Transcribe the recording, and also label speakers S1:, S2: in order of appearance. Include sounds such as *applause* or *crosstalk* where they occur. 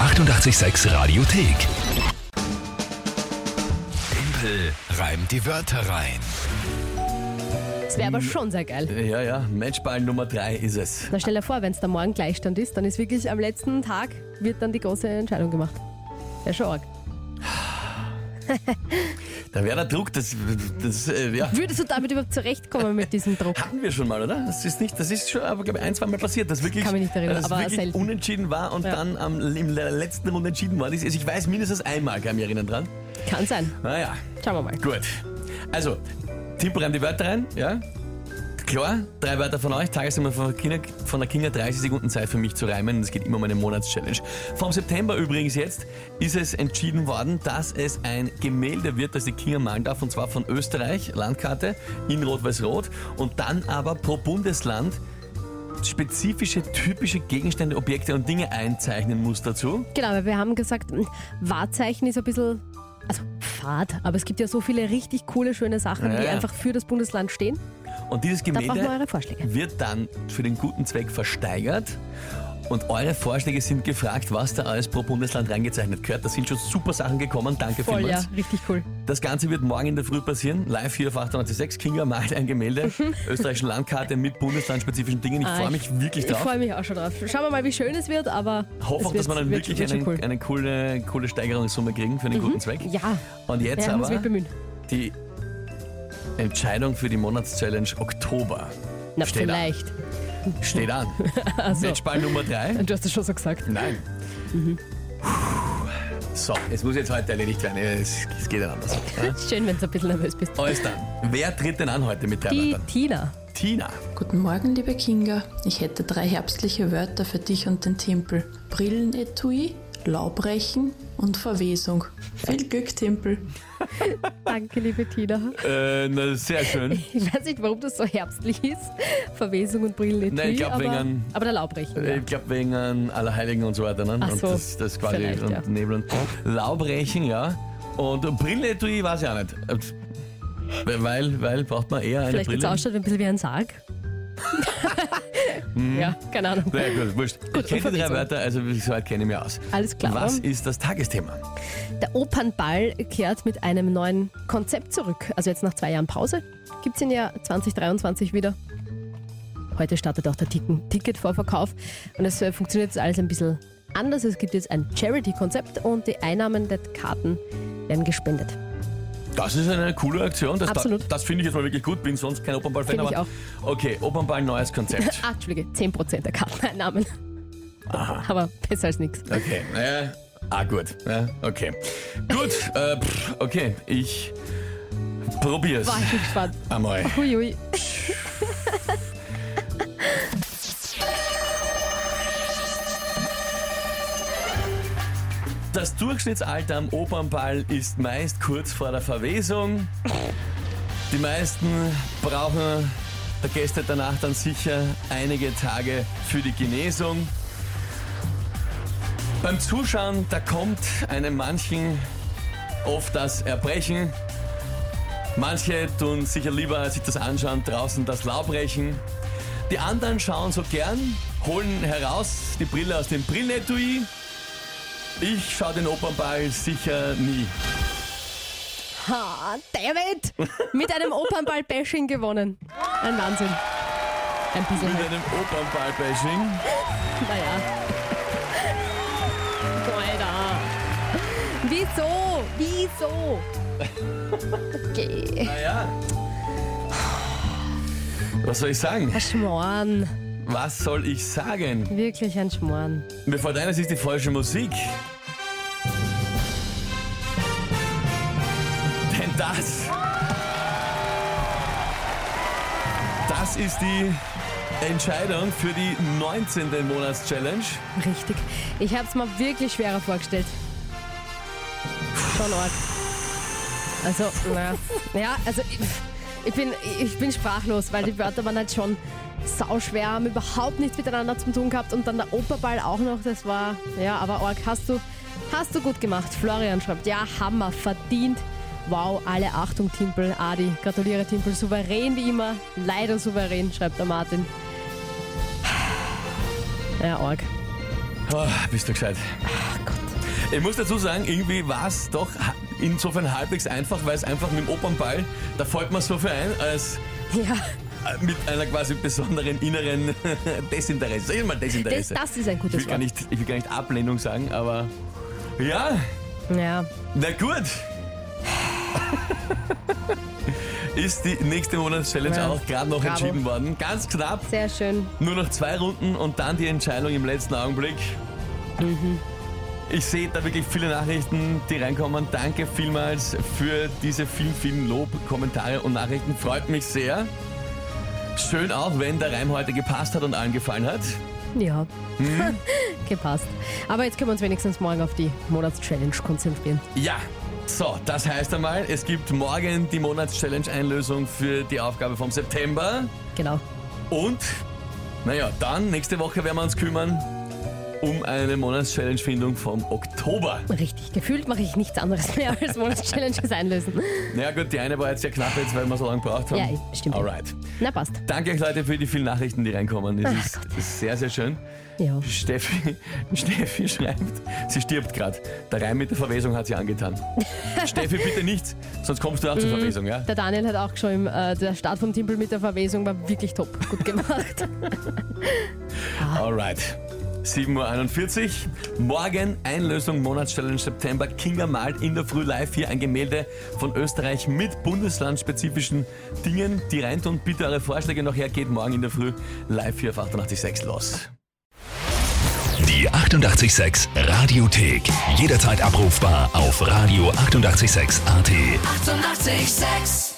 S1: 886 Radiothek. Tempel reimt die Wörter rein.
S2: Das wäre aber schon sehr geil.
S3: Ja, ja, Matchball Nummer 3 ist es.
S2: Na stell dir vor, wenn es dann morgen Gleichstand ist, dann ist wirklich am letzten Tag wird dann die große Entscheidung gemacht. Wäre schon arg.
S3: Da wäre der Druck, das, das äh, ja,
S2: Würdest du damit überhaupt zurechtkommen mit diesem Druck?
S3: hatten wir schon mal, oder? Das ist nicht, das ist schon, aber glaube ich, ein, zwei Mal passiert, dass wirklich,
S2: Kann mich nicht erinnern,
S3: dass es
S2: aber
S3: wirklich
S2: selten.
S3: unentschieden war und
S2: Ja.
S3: dann am, in der letzten Runde entschieden worden ist. Also ich weiß mindestens einmal, kann ich mich erinnern dran.
S2: Kann sein.
S3: Naja,
S2: Schauen wir mal.
S3: gut. Also, Tipp rein die Wörter rein, ja? Klar, drei Wörter von euch, Tagesnummer von der Kinga, von der Kinga 30 Sekunden Zeit für mich zu reimen. Es geht immer um eine Monatschallenge. Vom September übrigens jetzt ist es entschieden worden, dass es ein Gemälde wird, das die Kinga malen darf, und zwar von Österreich, Landkarte, in Rot-Weiß-Rot, und dann aber pro Bundesland spezifische, typische Gegenstände, Objekte und Dinge einzeichnen muss dazu.
S2: Genau, weil wir haben gesagt, mh, Wahrzeichen ist ein bisschen, also Fahrt, aber es gibt ja so viele richtig coole, schöne Sachen,
S3: Ja,
S2: die
S3: ja.
S2: einfach für das Bundesland stehen.
S3: Und dieses
S2: Da
S3: Gemälde
S2: brauchen wir eure Vorschläge.
S3: wird dann für den guten Zweck versteigert. Und eure Vorschläge sind gefragt, was da alles pro Bundesland reingezeichnet gehört. Da sind schon super Sachen gekommen. Danke
S2: Voll, ja,
S3: vielmals.
S2: richtig cool.
S3: Das Ganze wird morgen in der Früh passieren. Live hier auf 886. Kinga malt
S2: *laughs*
S3: ein Gemälde. österreichische Landkarte mit bundeslandspezifischen Dingen. Ich
S2: Ah,
S3: freue mich wirklich
S2: Ich
S3: drauf.
S2: freue mich auch schon drauf. Schauen wir mal, wie schön es wird, aber. es
S3: Hoffe auch,
S2: wird,
S3: dass wir dann
S2: wird,
S3: wirklich
S2: wird schon
S3: einen,
S2: cool. Mhm.
S3: eine coole, coole Steigerungssumme kriegen für den guten Zweck.
S2: Ja,
S3: Und jetzt
S2: wir haben uns
S3: aber
S2: mit bemühen.
S3: die Entscheidung für die Monatschallenge Oktober
S2: Na,
S3: steht an.
S2: vielleicht.
S3: steht an.
S2: *laughs* Also,
S3: Matchball Nummer 3.
S2: du hast es schon so gesagt.
S3: Nein. Puh. Mhm. So, es muss jetzt heute erledigt werden. Es, es geht dann anders.
S2: Schön, wenn du ein bisschen nervös bist.
S3: *laughs* Alles dann. Wer tritt denn an heute mit drei
S2: Die
S3: Wörtern?
S2: Tina.
S3: Tina.
S4: Guten Morgen, liebe Kinga. Ich hätte drei herbstliche Wörter für dich und den Tempel. Brillenetui, Laubrechen und Verwesung. Viel Glück, Tempel.
S2: Danke, liebe Tina.
S3: Äh, na, sehr schön.
S2: Ich weiß nicht, warum das so herbstlich ist. Verwesung und Brillen.
S3: Nein, ich glaub,
S2: aber,
S3: wegen einem- Äh,
S2: aber der Laubrechen. *laughs* Ja.
S3: Ich glaube wegen ähm, Allerheiligen und so weiter. Ne?
S2: Ach
S3: und
S2: so,
S3: das, das quasi
S2: vielleicht,
S3: und
S2: ja.
S3: Nebel und Laubrechen, ja. Und Brillenetui weiß ich auch nicht. Äh, Weil, weil braucht man eher eine
S2: Vielleicht jetzt
S3: Brille.
S2: ausschaut ein bisschen wie ein Sarg.
S3: Hm.
S2: ja, keine Ahnung.
S3: Na ja, gut, wurscht. ich kenne die drei
S2: Verwesung.
S3: Wörter, also so weit kenne ich mich aus.
S2: Alles klar.
S3: Was ist das Tagesthema?
S2: Der Opernball kehrt mit einem neuen Konzept zurück. Also jetzt nach zwei Jahren Pause gibt es ihn ja 2023 wieder. Heute startet auch der Ticken Ticketvorverkauf und es äh, funktioniert jetzt alles ein bisschen anders. Es gibt jetzt ein Charity-Konzept und die Einnahmen der Karten werden gespendet.
S3: Das ist eine coole Aktion. Das,
S2: Absolut.
S3: Das, finde ich jetzt mal wirklich gut. Bin sonst kein Opernball-Fan.
S2: Finde ich
S3: aber- Okay, Opernball,
S2: *laughs*
S3: neues Konzept.
S2: Ah, Entschuldige, 10% der Karteneinnahmen. Aber besser als nichts.
S3: Okay, naja. Ah, gut. Ja, okay. Gut, äh, pff, okay. Ich probier's
S2: War ich bin gespannt.
S3: einmal.
S2: Huiui.
S3: Das Durchschnittsalter am Opernball ist meist kurz vor der Verwesung. Die meisten brauchen der Gäste danach dann sicher einige Tage für die Genesung. Beim Zuschauen, da kommt einem manchen oft das Erbrechen. Manche tun sicher lieber sich das anschauen, draußen das Laubrechen. Die anderen schauen so gern, holen heraus die Brille aus dem Brillenetui. Ich schaue den Opernball sicher nie.
S2: Ha, David! Mit einem Opernball-Bashing gewonnen. Ein Wahnsinn. Ein bisschen.
S3: Mit
S2: Halt.
S3: einem Opernball-Bashing.
S2: Naja. Alter. Wieso? Wieso? Okay.
S3: Naja. Was soll ich sagen?
S2: Ein Schmoren.
S3: Was soll ich sagen?
S2: Wirklich ein Schmoren.
S3: Mir fällt ein, es ist die falsche Musik. Denn das. Das ist die Entscheidung für die 19. Monatschallenge.
S2: Richtig. Ich hab's mir wirklich schwerer vorgestellt. Schon arg. Also, naja. Ja, also ich, ich, bin, ich bin sprachlos, weil die Wörter waren halt schon sauschwer, haben überhaupt nichts miteinander zu tun gehabt und dann der Operball auch noch, das war, ja, aber arg, hast du, hast du gut gemacht. Florian schreibt, ja, Hammer, verdient. Wow, alle Achtung, Timpel, Adi. Gratuliere, Timpel, souverän wie immer. Leider souverän, schreibt der Martin. Ja, arg.
S3: Ah, bist du gescheit.
S2: Ah,
S3: Ich muss dazu sagen, irgendwie war es doch ha- insofern halbwegs einfach, weil es einfach mit dem Opernball, da fällt man so viel ein, als
S2: Ja,
S3: äh, mit einer quasi besonderen inneren *laughs* Desinteresse. Sag ich mal
S2: das,
S3: Desinteresse.
S2: das ist ein
S3: ich,
S2: gutes
S3: will
S2: Wort.
S3: gar nicht, ich will gar nicht Ablehnung sagen, aber ja,
S2: Ja,
S3: na
S2: *laughs*
S3: gut. ist die nächste Monatschallenge
S2: Ja.
S3: auch gerade noch
S2: Bravo.
S3: entschieden worden. Ganz knapp.
S2: sehr schön.
S3: Nur noch zwei Runden und dann die Entscheidung im letzten Augenblick. Ich sehe da wirklich viele Nachrichten, die reinkommen. Danke vielmals für diese vielen, vielen Lob, Kommentare und Nachrichten. Freut mich sehr. Schön auch, wenn der Reim heute gepasst hat und allen gefallen hat.
S2: Ja.
S3: Hm?
S2: *laughs* Gepasst. Aber jetzt können wir uns wenigstens morgen auf die Monatschallenge konzentrieren.
S3: Ja, so, das heißt einmal, es gibt morgen die Monatschallenge-Einlösung für die Aufgabe vom September.
S2: Genau.
S3: Und, naja, dann nächste Woche werden wir uns kümmern um eine Monatschallenge-Findung vom Oktober.
S2: Richtig. Gefühlt mache ich nichts anderes mehr als Monatschallenges einlösen.
S3: Naja gut, die eine war jetzt ja knapp, jetzt, weil wir so lange gebraucht haben.
S2: Ja, stimmt.
S3: Alright.
S2: Na, passt.
S3: Danke euch Leute für die vielen Nachrichten, die reinkommen. Es ist sehr, sehr schön.
S2: Ja.
S3: Steffi, *laughs* Steffi schreibt, sie stirbt gerade. Der Reim mit der Verwesung hat
S2: *laughs*
S3: sie angetan. Steffi, bitte nicht, sonst kommst du auch
S2: Mhm.
S3: zur Verwesung, ja?
S2: Der Daniel hat auch geschrieben, äh, der Start vom Timpel mit der Verwesung war wirklich top. Gut gemacht.
S3: Alright. 7.41 Uhr. Morgen Einlösung Monatschallenge September. Kinga malt in der Früh live hier ein Gemälde von Österreich mit bundeslandspezifischen Dingen. Die reintun bitte eure Vorschläge noch her. Geht morgen in der Früh live hier auf 88.6 los.
S1: Die 886 Radiothek. Jederzeit abrufbar auf radio886.at. 886!
S5: 886